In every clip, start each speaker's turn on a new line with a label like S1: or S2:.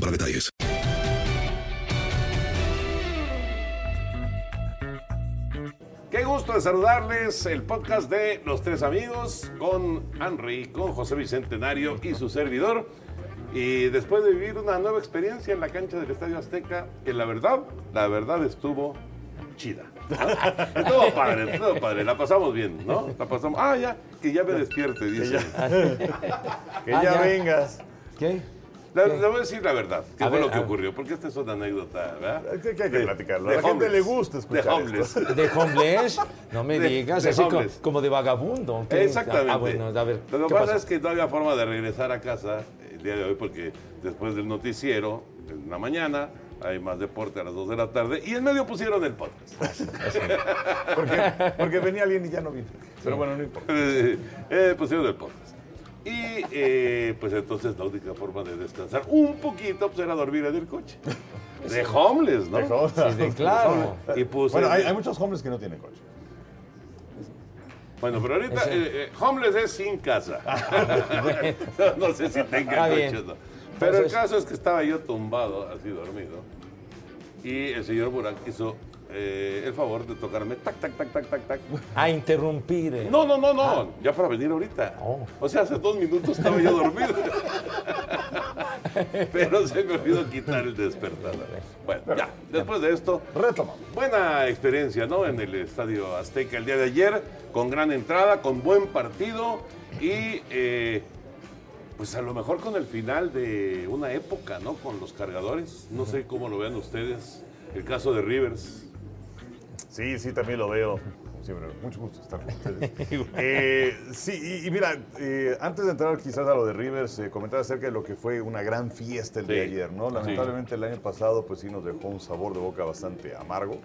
S1: para detalles.
S2: Qué gusto de saludarles el podcast de Los Tres Amigos con Henry, con José Bicentenario y su servidor. Y después de vivir una nueva experiencia en la cancha del Estadio Azteca, que la verdad, la verdad estuvo chida. ¿no? Estuvo padre, estuvo padre, la pasamos bien, ¿no? La pasamos. Ah, ya, que ya me despierte, dice.
S3: Ah, Que ya, vengas.
S4: ¿Qué?
S2: Le, le voy a decir la verdad, que
S4: A
S2: fue
S4: ver,
S2: lo que
S4: a ver.
S2: ocurrió, porque esta es una anécdota, ¿verdad?
S3: Que- que hay que
S2: De-
S3: platicarlo.
S2: de
S3: A la gente
S2: homeless.
S3: le gusta escuchar
S2: De homeless.
S3: esto.
S4: ¿De homeless? No me
S2: De-
S4: digas,
S2: de
S4: así co- como,
S2: homeless.
S4: de vagabundo. ¿qué?
S2: Exactamente.
S4: Ah, bueno, a ver,
S2: Lo que
S4: ¿qué
S2: pasa
S4: pasó?
S2: es que no había forma de regresar a casa el día de hoy porque después del noticiero, en la mañana, hay más deporte a las 2 de la tarde y en medio pusieron el podcast.
S3: Porque, porque venía alguien y ya no vino. Pero bueno, no importa.
S2: Eh, pusieron el podcast. Y eh, pues entonces la única forma de descansar un poquito pues, era dormir en el coche. De homeless, ¿no?
S3: Dejó-
S4: Sí, de- claro.
S2: Y puse-
S3: Bueno, hay, hay muchos hombres que no tienen coche.
S2: Bueno, pero ahorita
S4: Ese-
S2: eh, eh, homeless es sin casa. no, no sé si tenga
S4: Ah,
S2: coche
S4: bien.
S2: o no. Pero
S4: Entonces-
S2: el caso es que estaba yo tumbado, así dormido, y el señor Burak hizo eh, el favor de tocarme tac, tac, tac, tac, tac, tac.
S4: A interrumpir. eh.
S2: No, no, no, no, ya para venir ahorita.
S4: Oh.
S2: O sea, hace dos minutos estaba yo dormido. pero se me olvidó quitar el despertador. Bueno, ya, después de esto,
S3: Retoma.
S2: Buena experiencia, ¿no? En el Estadio Azteca el día de ayer, con gran entrada, con buen partido y eh, pues a lo mejor con el final de una época, ¿no? Con los cargadores. No sé cómo lo vean ustedes. El caso de Rivers.
S3: Sí, sí, también lo veo. Como Siempre, mucho gusto estar con ustedes. Eh, sí, y, y mira, eh, antes de entrar quizás a lo de Rivers, eh, comentar acerca de lo que fue una gran fiesta el
S2: Sí.
S3: de ayer, ¿no?
S2: Sí.
S3: Lamentablemente el año pasado pues sí nos dejó un sabor de boca bastante amargo,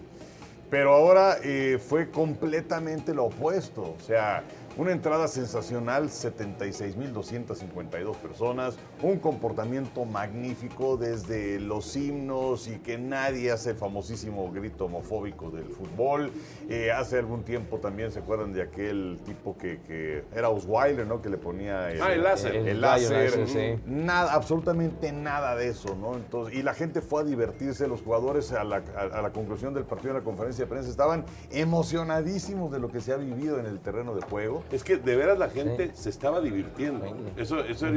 S3: pero ahora eh, fue completamente lo opuesto, o sea, una entrada sensacional, 76.252 personas, un comportamiento magnífico desde los himnos y que nadie hace el famosísimo grito homofóbico del fútbol. Eh, hace algún tiempo también se acuerdan de aquel tipo que, que era Osweiler, ¿no? Que le ponía el,
S2: Ah, el láser.
S4: El
S3: el
S4: rayo
S3: láser,
S4: láser, sí.
S3: nada, absolutamente nada de eso, ¿no? Entonces, y la gente fue a divertirse, los jugadores a la, a- a la conclusión del partido en la conferencia de prensa estaban emocionadísimos de lo que se ha vivido en el terreno de juego.
S2: Es que de veras la gente se estaba divirtiendo. Eso, eso era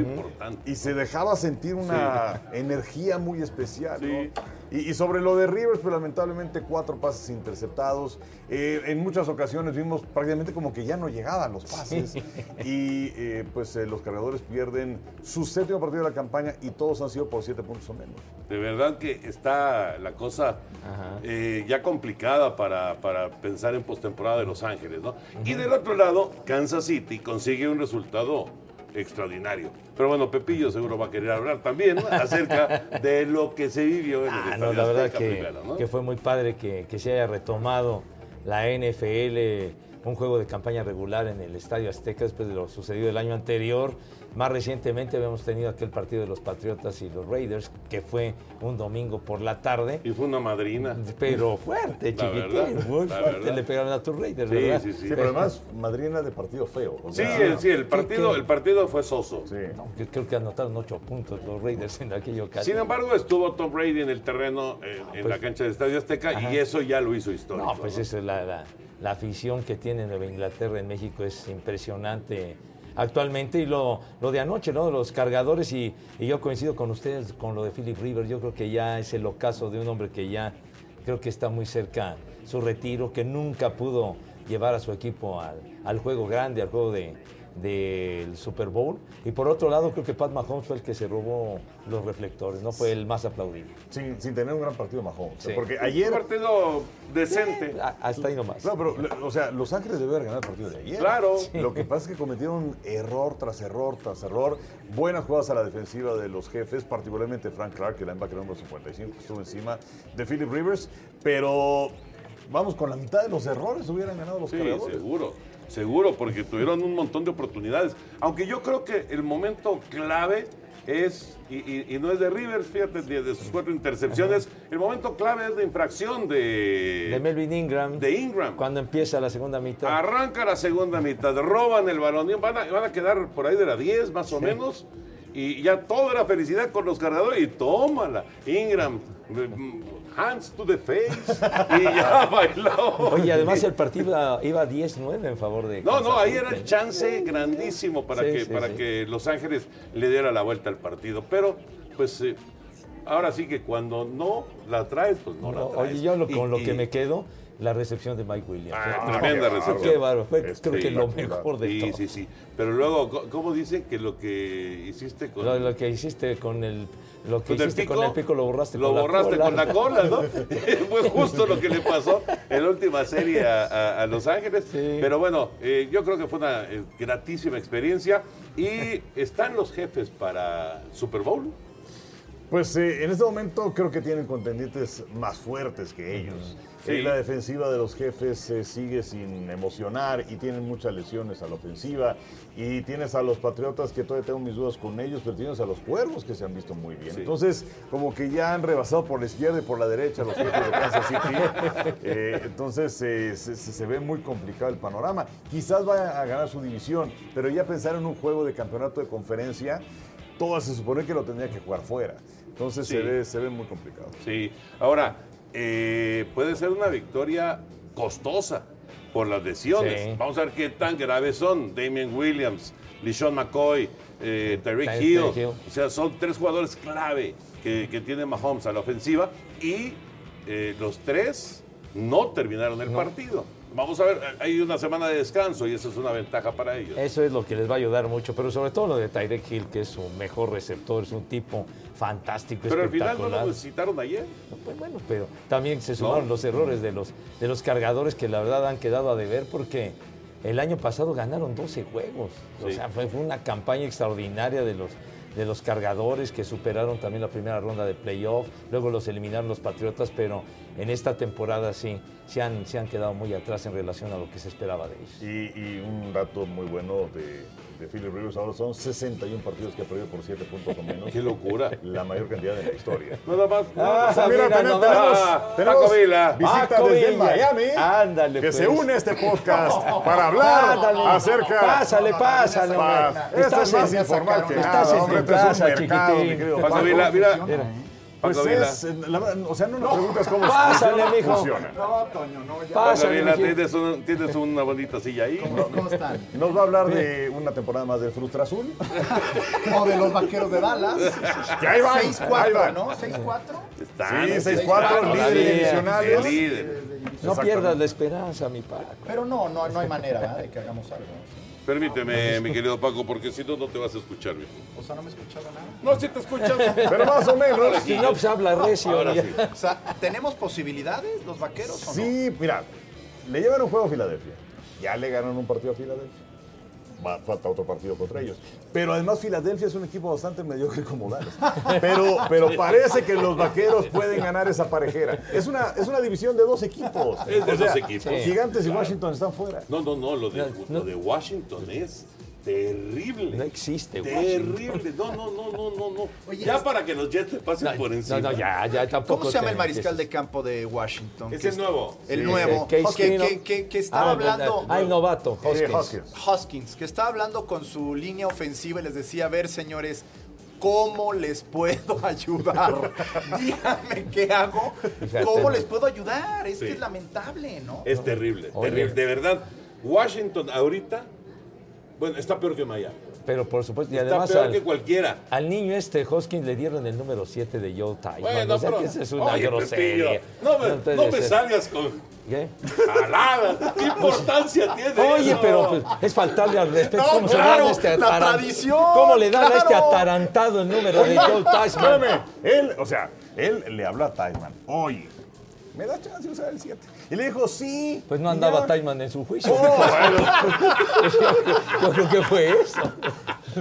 S2: importante.
S3: Y se dejaba sentir una energía muy especial, ¿no?
S2: Sí.
S3: Y, y sobre lo de Rivers, pues lamentablemente cuatro pases interceptados. Eh, en muchas ocasiones vimos prácticamente como que ya no llegaban los pases.
S4: Sí.
S3: Y eh, pues eh, los cargadores pierden su séptimo partido de la campaña y todos han sido por siete puntos o menos.
S2: De verdad que está la cosa eh, ya complicada para, para pensar en postemporada de Los Ángeles, ¿no? Y del otro lado, Kansas City consigue un resultado extraordinario. Pero bueno, Pepillo seguro va a querer hablar también ¿no? acerca de lo que se vivió en el
S4: Ah, no,
S2: Estadio
S4: la verdad
S2: Azteca
S4: que,
S2: primero, ¿no?
S4: que fue muy padre que, que se haya retomado la NFL, un juego de campaña regular en el Estadio Azteca después de lo sucedido el año anterior. Más recientemente habíamos tenido aquel partido de los Patriotas y los Raiders, que fue un domingo por la tarde.
S2: Y fue una madrina.
S4: Pero fuerte,
S2: La
S4: chiquitín,
S2: verdad,
S4: muy
S2: la
S4: fuerte.
S2: verdad.
S4: Le pegaron a tus Raiders,
S2: Sí,
S4: ¿verdad?
S2: sí, sí. Sí,
S3: pero además, madrina de partido feo. o
S2: Sí,
S3: sea,
S2: el, sí, el
S3: ¿qué-
S2: partido,
S3: qué?
S2: el partido fue soso.
S4: No, que- creo que anotaron ocho puntos los Raiders en aquella ocasión.
S2: Sin embargo, estuvo Tom Brady en el terreno, eh, en, la cancha del Estadio Azteca,
S4: Pues Ajá.
S2: y eso ya lo hizo histórico.
S4: No, pues eso es la, la- la afición que tiene Nueva Inglaterra en México es impresionante actualmente. Y lo, lo de anoche, ¿no? Los cargadores, y, y yo coincido con ustedes con lo de Philip Rivers. Yo creo que ya es el ocaso de un hombre que ya creo que está muy cerca su retiro, que nunca pudo llevar a su equipo al, al juego grande, al juego de del Super Bowl y por otro lado creo que Pat Mahomes fue el que se robó los reflectores, no fue el más aplaudido.
S3: Sin, sin tener un gran partido Mahomes.
S4: Sí.
S3: Porque ayer.
S2: Un partido decente.
S4: Ah, Hasta ahí nomás.
S3: No, pero, lo- o sea, Los Ángeles debió haber ganado el partido de ayer.
S2: Claro.
S3: Lo que pasa es que cometieron error tras error tras error. Buenas jugadas a la defensiva de los jefes, particularmente Frank Clark, el linebacker número 55, que estuvo encima de Philip Rivers. Pero, vamos, con la mitad de los errores hubieran ganado los
S2: Sí,
S3: cargadores.
S2: seguro, seguro, porque tuvieron un montón de oportunidades. Aunque yo creo que el momento clave es, y, y- y no es de Rivers, fíjate, de, de sus cuatro intercepciones, el momento clave es la infracción de...
S4: De Melvin Ingram.
S2: Eh, De Ingram.
S4: Cuando empieza la segunda mitad.
S2: Arranca la segunda mitad, roban el balón, y van a, van a quedar por ahí de la 10 más o menos, y ya toda la felicidad con los cargadores, y tómala, Ingram, mm, hands to the face, y ya bailó.
S4: Oye, además el partido iba 10-9 en favor de.
S2: No, no,
S4: Kansas
S2: ahí
S4: City.
S2: era el chance grandísimo para,
S4: Sí,
S2: que,
S4: sí,
S2: para
S4: sí.
S2: que Los Ángeles le diera la vuelta al partido. Pero, pues, eh, ahora sí que cuando no la traes, pues no,
S4: No,
S2: la traes.
S4: oye, yo lo-
S2: Y-
S4: con lo
S2: y-
S4: que me quedo, la recepción de Mike Williams. ¿eh?
S2: Ah,
S4: Qué
S2: tremenda
S4: bárbaro.
S2: recepción.
S4: Qué bárbaro, fue creo que lo
S2: Espectacular.
S4: mejor de
S2: sí,
S4: todo.
S2: Sí, sí, Pero luego, co- ¿cómo dicen que lo que hiciste con.
S4: Lo, lo que hiciste con el. Lo que
S2: ¿Con el
S4: hiciste con
S2: pico?
S4: el pico lo borraste
S2: Lo
S4: con la
S2: borraste
S4: cola.
S2: con la cola, ¿no? Fue justo lo que le pasó en la última serie a, a- a Los Ángeles. Pero bueno, eh, yo creo que fue una eh, gratísima experiencia. Y están los jefes para Super Bowl.
S3: Pues eh, en este momento creo que tienen contendientes más fuertes que ellos.
S2: Sí.
S3: Eh, la defensiva de los jefes eh, sigue sin emocionar y tienen muchas lesiones a la ofensiva. Y tienes a los patriotas que todavía tengo mis dudas con ellos, pero tienes a los cuervos que se han visto muy bien.
S2: Sí.
S3: Entonces, como que ya han rebasado por la izquierda y por la derecha los jefes de Kansas City. Eh, entonces, eh, se, se- se ve muy complicado el panorama. Quizás va a ganar su división, pero ya pensar en un juego de campeonato de conferencia todo se supone que lo tendría que jugar fuera. Entonces se,
S2: Sí.
S3: ve, se ve muy complicado.
S2: Sí. Ahora, eh, puede ser una victoria costosa por las lesiones.
S4: Sí.
S2: Vamos a ver qué tan graves son. Damien Williams, LeSean McCoy, eh, Tyreek
S4: Tyreek
S2: Hill.
S4: Hill.
S2: O sea, son tres jugadores clave que, que tiene Mahomes a la ofensiva y eh, los tres no terminaron el partido. Vamos a ver, eh, hay una semana de descanso y eso es una ventaja para ellos.
S4: Eso es lo que les va a ayudar mucho, pero sobre todo lo de Tyreek Hill, que es su mejor receptor, es un tipo fantástico,
S2: Pero al final no
S4: espectacular.
S2: lo necesitaron ayer.
S4: Pues bueno, pero también se sumaron los errores de los, de los cargadores que la verdad han quedado a deber porque el año pasado ganaron 12 juegos. O
S2: Sí.
S4: sea, fue, fue una campaña extraordinaria de los, de los cargadores que superaron también la primera ronda de playoff, luego los eliminaron los Patriotas, pero en esta temporada sí, se han, se han quedado muy atrás en relación a lo que se esperaba de ellos.
S3: Y, y un dato muy bueno de, de Philip Rivers, ahora son 61 partidos que ha perdido por 7 puntos o menos.
S2: Qué locura.
S3: La mayor cantidad de la historia.
S2: Nada más.
S4: Ah,
S2: nada más.
S4: mira,
S3: tenemos-
S4: nomás.
S3: tenemos-
S2: Ah,
S3: tenemos
S2: Paco Vila.
S3: visita
S4: Paco
S3: desde
S4: Villa.
S3: Miami
S4: Ándale,
S3: que se
S4: pues.
S3: une a este podcast para hablar
S4: Ándale.
S3: acerca.
S4: Pásale, pásale, hombre.
S3: Paz. Este
S4: Estás
S3: es más
S4: en-
S3: informal que
S4: estás
S3: nada,
S4: en tu
S3: hombre, este es un
S4: casa,
S3: mercado, mi
S4: chiquitín.
S3: querido
S2: Paco
S3: Paco.
S2: Vila, mira,
S3: Pues
S2: Paco Vila.
S3: es, eh, la verdad, o sea, no nos preguntas cómo
S2: Pásale,
S3: funciona,
S2: mijo.
S3: funciona.
S5: No, Toño, no, ya.
S2: Paco
S3: Pásale,
S2: Vila,
S3: mijo.
S2: tienes, un- tienes una bonita silla ahí.
S5: ¿Cómo están?
S3: Nos va a hablar de una temporada más del Frustra Azul.
S5: O de los vaqueros de Dallas.
S3: Que ahí van, ahí
S5: 6-4,
S3: van.
S5: ¿no? 6-4.
S3: Están, Sí, 6-4, líder
S4: Todavía.
S3: divisional.
S4: El
S2: líder.
S4: No
S2: Exactamente.
S4: pierdas la esperanza, mi Paco.
S5: Pero no, no, no hay manera ¿verdad? de que hagamos algo.
S2: Permíteme, mi querido Paco, porque si no, no te vas a escuchar bien.
S5: O sea, no me escuchaba nada.
S3: No, sí te escuchas.
S2: Pero más o menos. Ahora sí. Si no, pues habla recio. Ahora sí.
S5: O sea, ¿tenemos posibilidades los vaqueros o no?
S3: Sí, mira, le llevan un juego a Filadelfia. Ya le ganaron un partido a Filadelfia. Va- falta otro partido contra ellos. Pero además Filadelfia es un equipo bastante mediocre como Dallas. Pero, pero parece que los vaqueros pueden ganar esa parejera. Es una, es una división de dos equipos.
S2: Es de
S3: O sea,
S2: dos equipos.
S3: Gigantes y
S2: Claro.
S3: Washington están fuera.
S2: No, no, no, lo de, lo de Washington es terrible. No
S4: existe Washington.
S2: Terrible. No, no, no, no, no, no.
S5: Oye,
S2: ya
S5: es-
S2: para que los Jets te pasen por encima.
S4: no, ya, ya, tampoco.
S5: ¿Cómo se llama
S4: te
S5: el mariscal
S4: empieces.
S5: de campo de Washington?
S2: Es
S5: Que
S2: el nuevo.
S5: El
S4: Sí.
S5: nuevo.
S4: Case
S5: que,
S4: Keenum.
S5: que- que- que estaba
S4: Ah,
S5: hablando.
S4: Ah, el novato,
S3: Eh,
S5: Sí,
S4: Hoskins.
S5: Hoskins, que estaba hablando con su línea ofensiva y les decía, a ver, señores, ¿cómo les puedo ayudar? Díganme qué hago.
S2: Fíjate,
S5: ¿Cómo
S2: ¿no?
S5: les puedo ayudar? Es que
S2: Sí.
S5: es lamentable, ¿no?
S2: Es terrible,
S4: Oye.
S2: terrible. De verdad, Washington ahorita, bueno, está peor que Miami.
S4: Pero por supuesto, y
S2: Está
S4: además
S2: peor
S4: al,
S2: que cualquiera.
S4: al niño este Hoskins le dieron el número 7 de Joe Tyman.
S2: Bueno,
S4: o sea,
S2: pero-
S4: que esa es una
S2: Oye,
S4: grosería.
S2: Pepillo, no me,
S4: puede
S2: no me
S4: ser.
S2: salgas con
S4: ¿Qué?
S2: jaladas. ¿Qué importancia tiene
S4: Oye,
S2: eso?
S4: pero pues, es faltarle al respeto.
S2: No,
S4: ¿Cómo
S2: claro,
S4: se le dan a este
S2: la
S4: ataran-
S2: tradición,
S4: ¿Cómo le dan a este
S3: claro.
S4: atarantado el número de Joe Tyman?
S3: Espérame, él, o sea, él le habla a Tyman. Oye, ¿me da chance de usar el 7? Y le dijo, sí.
S4: Pues no andaba
S3: Ya.
S4: Tyman en su juicio.
S3: Oh,
S4: Yo creo que fue eso.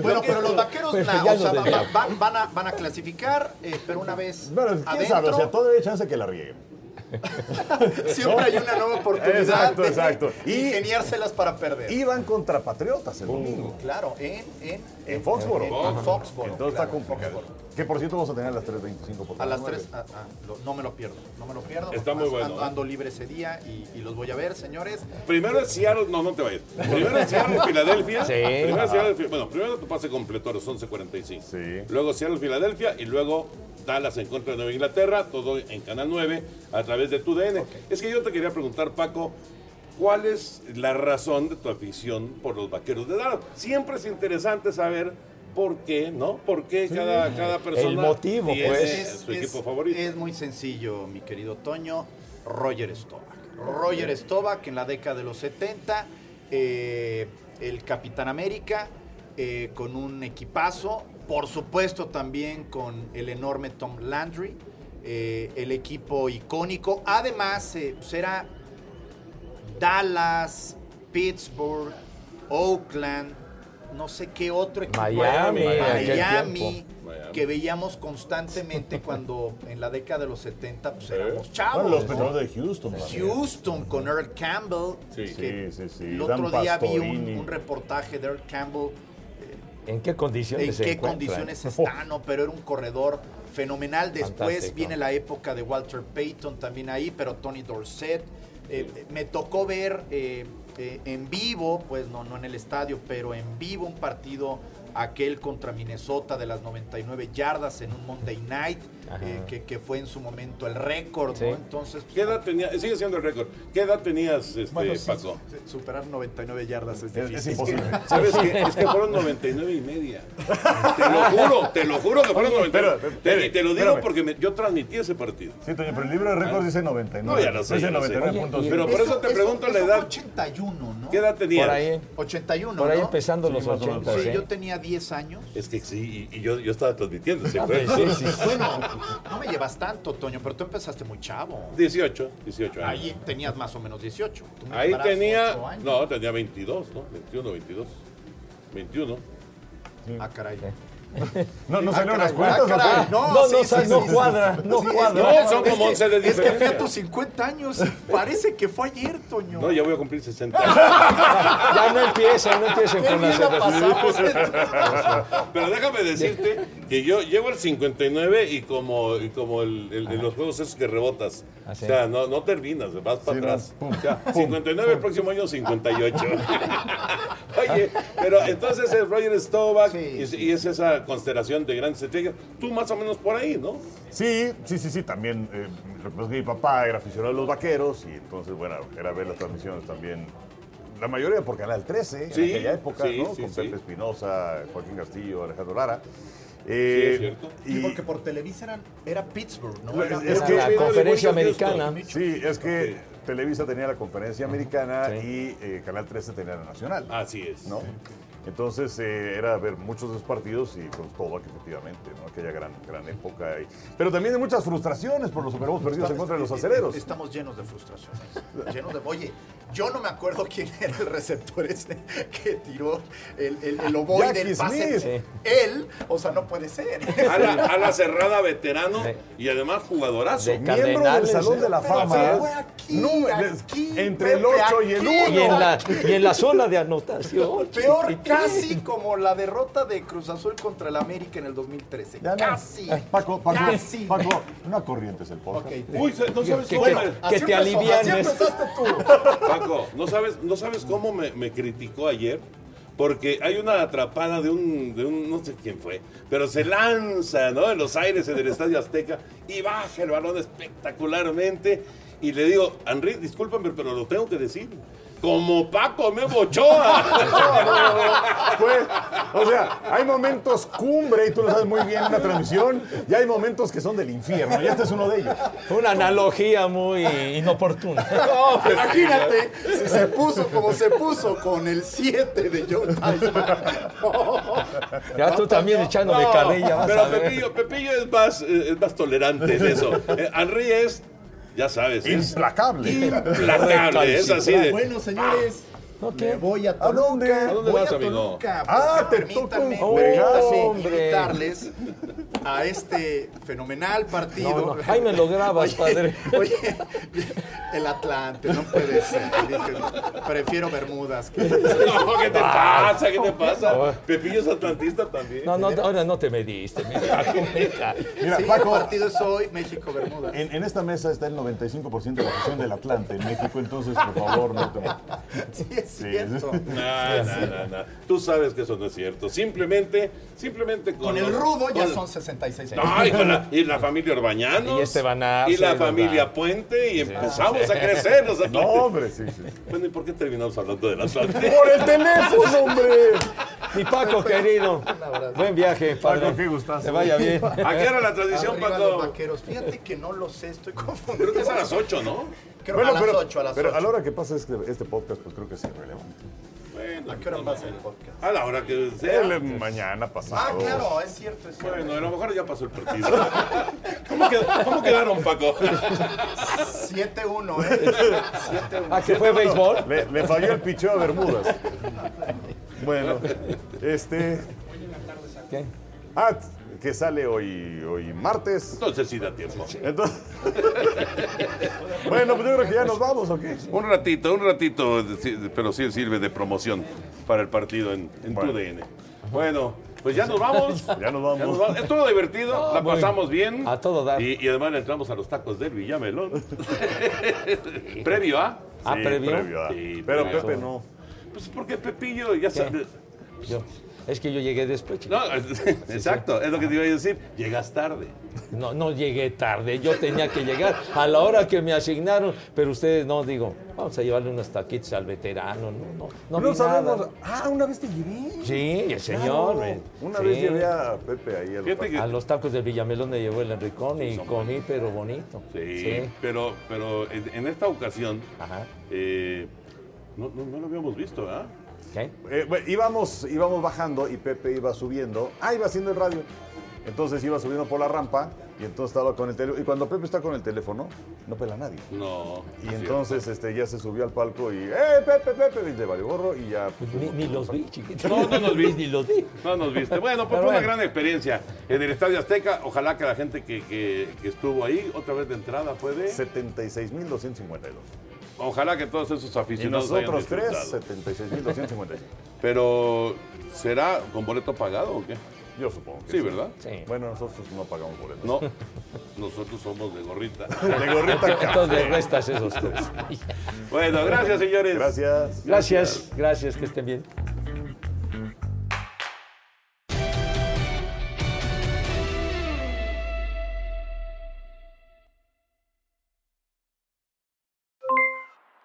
S5: Bueno, pero los vaqueros
S4: Pero
S5: na-
S4: ya
S5: o sea,
S4: nos
S5: va-
S4: desviamos.
S5: van, van a, van a clasificar, eh, pero una vez
S3: Bueno, quién
S5: adentro,
S3: sabe, o sea, todavía hay chance que la rieguen.
S5: siempre hay una nueva oportunidad
S3: Exacto,
S5: de
S3: exacto. Y-
S5: ingeniárselas para perder.
S3: Iban contra Patriotas el domingo.
S5: Claro, en, en,
S3: En Foxboro.
S5: En, en Foxboro.
S3: Entonces está
S5: claro,
S3: complicado.
S5: Foxboro.
S3: Que por cierto vamos a tener a las 3.25 por
S5: A las
S3: favor.
S5: 3, ah, ah, lo- no me lo pierdo, no me lo pierdo.
S2: Está
S5: porque
S2: muy
S5: además
S2: bueno, ¿eh?
S5: Ando, ando libre ese día y, y los voy a ver, señores.
S2: Primero es Seattle, no, no te vayas. Primero es Seattle, Filadelfia.
S4: Sí.
S2: Primero es Seattle, Fi- bueno, primero tu pase completo a los 11.45. Luego Seattle, Filadelfia y luego Dallas en contra de Nueva Inglaterra, todo en Canal 9 a través de tu DN. Es que yo te quería preguntar, Paco, ¿cuál es la razón de tu afición por los vaqueros de Dallas? Siempre es interesante saber por qué, ¿no? ¿Por qué cada, cada persona tiene Pues, su equipo favorito?
S5: pues. Es muy sencillo, mi querido Toño. Roger Stovak. Roger Stovak en la década de los 70, eh, el Capitán América, eh, con un equipazo, por supuesto también con el enorme Tom Landry, eh, el equipo icónico. Además, eh, pues era Dallas, Pittsburgh, Oakland, no sé qué otro equipo. era.
S4: Miami, aquel
S5: Miami,
S4: tiempo.
S5: que veíamos constantemente cuando en la década de los 70 pues, éramos
S3: Bueno,
S5: chavos.
S3: los
S5: ¿no?
S3: Petros de Houston. también.
S5: Houston con Earl Campbell.
S3: Sí,
S5: que
S3: sí, sí.
S5: El
S3: Dan
S5: otro día vi un,
S3: Pastorini.
S5: un reportaje de Earl Campbell
S4: ¿En qué condiciones
S5: en
S4: se
S5: qué
S4: encuentran? Oh,
S5: condiciones está, ¿no? Pero era un corredor fenomenal. Después
S4: Fantástico.
S5: viene la época de Walter Payton también ahí, pero Tony Dorset. Eh, eh, me tocó ver eh, eh, en vivo, pues no, no en el estadio, pero en vivo un partido aquel contra Minnesota de las 99 yardas en un Monday Night,
S2: Ajá.
S5: eh, que, que fue en su momento el récord,
S2: Sí.
S5: ¿no? Entonces,
S2: ¿Qué edad tenía? Sigue siendo el récord. ¿Qué edad tenías, este,
S5: Bueno, sí,
S2: Paco?
S5: pues, superar 99 yardas es
S2: Es-
S5: difícil.
S2: es imposible. ¿Sabes qué? Es que fueron 99 y media. Te lo juro, te lo juro que fueron
S3: Oye,
S2: 99.
S3: espera,
S2: Te- y te lo digo
S3: espérame.
S2: porque me- yo transmití ese partido. Ah.
S3: Sí, Toño, pero el libro de récords dice 99.
S2: No, ya lo sé.
S3: Dice
S2: ya lo sé.
S3: 99.5.
S2: Pero por eso te pregunto la edad.
S5: 81, ¿no?
S2: ¿Qué edad tenías?
S4: Por ahí.
S5: 81,
S4: Por ahí
S5: ¿no?
S4: empezando
S5: Sí,
S4: los ¿eh?
S5: más o menos.
S4: 80.
S5: Sí, yo tenía 10 años.
S2: Es que sí, y, y yo, yo estaba transmitiendo. ¿se
S4: Ah,
S2: acuerdan?
S4: pues sí, sí, sí.
S5: Bueno, no me llevas tanto, Toño, pero tú empezaste muy chavo.
S2: 18, 18 años.
S5: Ahí tenías más o menos 18. Tú me
S2: Ahí
S5: llevarás ocho
S2: tenía.
S5: años.
S2: No, tenía 22, ¿no? 21, 22. 21.
S5: Ah, caray.
S3: No, no
S5: Ah,
S3: salieron las
S5: caray,
S3: cuentas.
S5: ah, caray.
S3: ¿o
S5: No,
S3: qué?
S5: no, sí, sí, sí, sí. Sí, es-
S2: No, son
S5: es
S2: como
S5: que-
S2: 11 de
S5: Es que fui
S2: diferencia.
S5: a tus 50 años y parece que fue ayer, Toño.
S2: No, ya voy a cumplir 60.
S4: Ya no empiecen, no empiecen
S5: Qué
S4: con las
S5: bien la pasamos.
S2: Pero déjame decirte Que yo llevo el 59 y como, y como el, el- de los juegos esos que rebotas.
S4: Así.
S2: O sea, no, no terminas, vas para
S4: Sí, no,
S2: atrás.
S4: pum,
S2: O sea, 59 el próximo año 58. Oye, pero entonces es Roger Staubach y, y es esa constelación de grandes estrellas. Tú más o menos por ahí, ¿no?
S3: Sí, sí, sí, sí, también. eh, lo que pasa es que mi papá Ah, era aficionado a los vaqueros y entonces, bueno, era ver las transmisiones también. La mayoría por Canal 13,
S2: Sí,
S3: en aquella época,
S2: sí,
S3: ¿no?
S2: sí,
S3: Con
S2: sí.
S3: Pepe Espinosa, Joaquín Castillo, Alejandro Lara.
S2: es
S3: Eh,
S2: cierto.
S3: y-
S5: Sí, porque por Televisa era, era Pittsburgh, ¿no?
S2: Pues,
S3: Bueno,
S5: Era-
S3: es que-
S5: era-
S3: Sí, es que Televisa tenía la conferencia americana y eh, Canal 13 tenía la nacional.
S2: Así es.
S3: ¿no? Entonces eh, era ver muchos de los partidos y con todo efectivamente, ¿no? aquella gran, gran época. y- Pero también de muchas frustraciones por los Super Bowls perdidos en contra de los
S5: eh, eh,
S3: acereros.
S5: Estamos llenos de frustraciones. llenos de, oye, yo no me acuerdo quién era el receptor este que tiró el, el, el ovoide
S3: Jackie
S5: del pase.
S3: Smith.
S5: Él, o sea, no puede ser.
S2: A la, a la cerrada veterano y además jugadorazo.
S4: de
S3: Miembro del Salón de la
S5: Pero
S3: Fama.
S5: sí,
S3: ¿eh? Número- entre el 8 y el 1.
S4: Y en, la, y en la zona de anotación. ¿Y
S5: Peor
S4: qué?
S5: casi como la derrota de Cruz Azul contra el América en el 2013. casi.
S3: Paco, Paco,
S5: Casi.
S3: Paco, una corriente es el podcast.
S2: Uy, se- no sabes
S3: Que-
S2: cómo
S3: que-
S2: me-
S3: que Así te empezó, alivianes. así empezaste
S2: Paco, no sabes, no sabes cómo me, me criticó ayer. Porque hay una atrapada de un, de un, no sé quién fue, pero se lanza, ¿no? En los aires en el Estadio Azteca y baja el balón espectacularmente. Y le digo, Henry, discúlpame, pero lo tengo que decir. Como Paco me
S3: No, no, no, no.
S2: bochoa.
S3: Fue- o sea, hay momentos cumbre, y tú lo sabes muy bien en una transmisión, y hay momentos que son del infierno, y este es uno de ellos.
S4: Una analogía muy inoportuna.
S5: No, pues, imagínate si se puso como se puso con el 7 de John Tyson.
S4: Ya tú también echándome
S2: No,
S4: carrilla. vas a
S2: Pero
S4: ver.
S2: Pepillo, Pepillo es más, eh, es más tolerante en eso. Eh, Henry es, ya sabes, es
S3: Implacable.
S2: implacable. Es así de.
S5: Bueno, señores. me voy a
S3: ¿A dónde?
S2: ¿A dónde
S5: voy
S2: vas,
S5: a
S2: amigo?
S5: Toluca.
S3: Ah, te toca un
S5: permítanme,
S3: fregado,
S5: permítanme
S3: hombre.
S5: invitarles a este fenomenal partido.
S4: No, no, ahí me lo grabas, padre.
S5: Oye, el Atlante, no puede ser. Dije, prefiero Bermudas. Que...
S2: No, ¿Qué te pasa? ¿Qué te pasa? Pepillo es atlantista también.
S4: No, no, ahora no te mediste. mira, complica.
S3: Mira,
S5: sí,
S3: Paco.
S5: el partido es hoy, México-Bermudas.
S3: En, en esta mesa está el 95% de la afición del Atlante en México, entonces, por favor, no te...
S5: Sí, es cierto.
S2: No, no, no, no. Tú sabes que eso no es cierto. Simplemente, simplemente con,
S5: Con el
S2: los-
S5: rudo ya
S2: con-
S5: son 66 años.
S2: No, y, con la, y la familia Orbañanos.
S4: Y
S3: este
S4: Esteban Arce,
S2: Y la
S4: y los
S2: familia
S4: demás.
S2: Puente. Y empezamos
S4: Sí.
S2: a crecer los
S3: No,
S2: atlantes.
S3: hombre, sí, sí.
S2: Bueno, ¿y por qué terminamos hablando del Atlante?
S3: ¡Por el teléfono, hombre!
S4: Mi Paco, querido. Buen viaje, padre.
S3: Paco, qué gustazo.
S4: Te vaya bien.
S2: ¿A qué hora la transmisión,
S5: Arriba
S2: Paco?
S5: los vaqueros. Fíjate que no lo sé, estoy confundido.
S2: Creo que es a las 8, ¿no?
S5: Creo
S3: Bueno,
S5: a las
S3: pero,
S5: 8, a las
S3: pero
S5: 8.
S3: a la hora que pasa este, este podcast, pues creo que es irrelevante.
S2: Bueno,
S5: ¿A qué hora pasa el podcast?
S2: a la hora que sea.
S3: El mañana pasado.
S5: Ah, claro, es cierto, es cierto.
S2: Bueno, a lo mejor ya pasó el partido. ¿Cómo, qued- cómo quedaron, Paco?
S5: 7-1, ¿eh? 7-1.
S4: ¿A Ah, que fue béisbol?
S3: Le, le falló el picheo a Bermudas. Bueno, este.
S4: ¿Qué?
S3: Ah, que sale hoy, hoy martes.
S2: Entonces sí da tiempo.
S3: Entonces. bueno, pues yo creo que ya nos vamos, ¿ok?
S2: Un ratito, un ratito, sí, pero sí sirve de promoción para el partido en, en
S3: Bueno.
S2: TUDN. Bueno, pues ya nos vamos.
S3: Ya nos vamos.
S2: Ya nos vamos. Estuvo divertido, la
S4: Ah, muy-
S2: pasamos bien.
S4: a todo dar.
S2: Y, y además le entramos a los tacos del Villamelón. Previo a.
S4: Ah,
S3: Sí,
S4: previo.
S3: previo, ah.
S2: Sí,
S3: Pero
S2: previo.
S3: Pepe no.
S2: Pues porque Pepillo ya sabe.
S4: Yo. Es que yo llegué después, chico.
S2: No, exacto, es lo que te iba a decir. Llegas tarde.
S4: No, no llegué tarde, yo tenía que llegar a la hora que me asignaron, pero ustedes no, digo, vamos a llevarle unos taquitos al veterano, no, no, no,
S3: No
S4: vi nada.
S3: sabemos. Ah, una vez te llevé.
S4: Sí,
S3: Claro,
S4: el señor. eh,
S3: Una
S4: sí.
S3: vez llevé a Pepe ahí al
S2: Fíjate que-
S4: A los tacos del Villamelón me llevó el Enricón y comí, pero bonito.
S2: Sí, pero, pero en, en esta ocasión
S4: Ajá.
S2: eh, no, no- no lo habíamos visto, ¿verdad?
S4: ¿Qué?
S3: Eh, bueno, íbamos, íbamos bajando y Pepe iba subiendo. Ah, iba haciendo el radio. Entonces iba subiendo por la rampa y entonces estaba con el teléfono. Y cuando Pepe está con el teléfono, no pela a nadie.
S2: No.
S3: Y
S2: sí.
S3: entonces este, ya se subió al palco y ¡Eh, Pepe, Pepe! Y le valió gorro y ya. pues,
S4: Ni, ni los vi, chiquito.
S2: No, no los vi.
S4: ni los vi.
S2: No nos viste. Bueno, pues
S4: Pero
S2: fue una
S4: bueno.
S2: gran experiencia en el Estadio Azteca. Ojalá que la gente que, que- que estuvo ahí, otra vez de entrada, puede.
S3: 76.252.
S2: Ojalá que todos esos
S3: Y
S2: aficionados hayan
S3: nosotros tres,
S2: disfrutado.
S3: 76.255.
S2: Pero, ¿será con boleto pagado o qué?
S3: Yo supongo que
S2: Sí,
S3: sí.
S2: ¿verdad?
S3: Sí. Bueno, nosotros no pagamos boletos. Pues,
S2: No, nosotros somos de gorrita.
S3: De gorrita Entonces, café. les
S4: restas esos tres.
S2: Bueno, gracias, señores.
S3: Gracias.
S4: Gracias, gracias, que estén bien.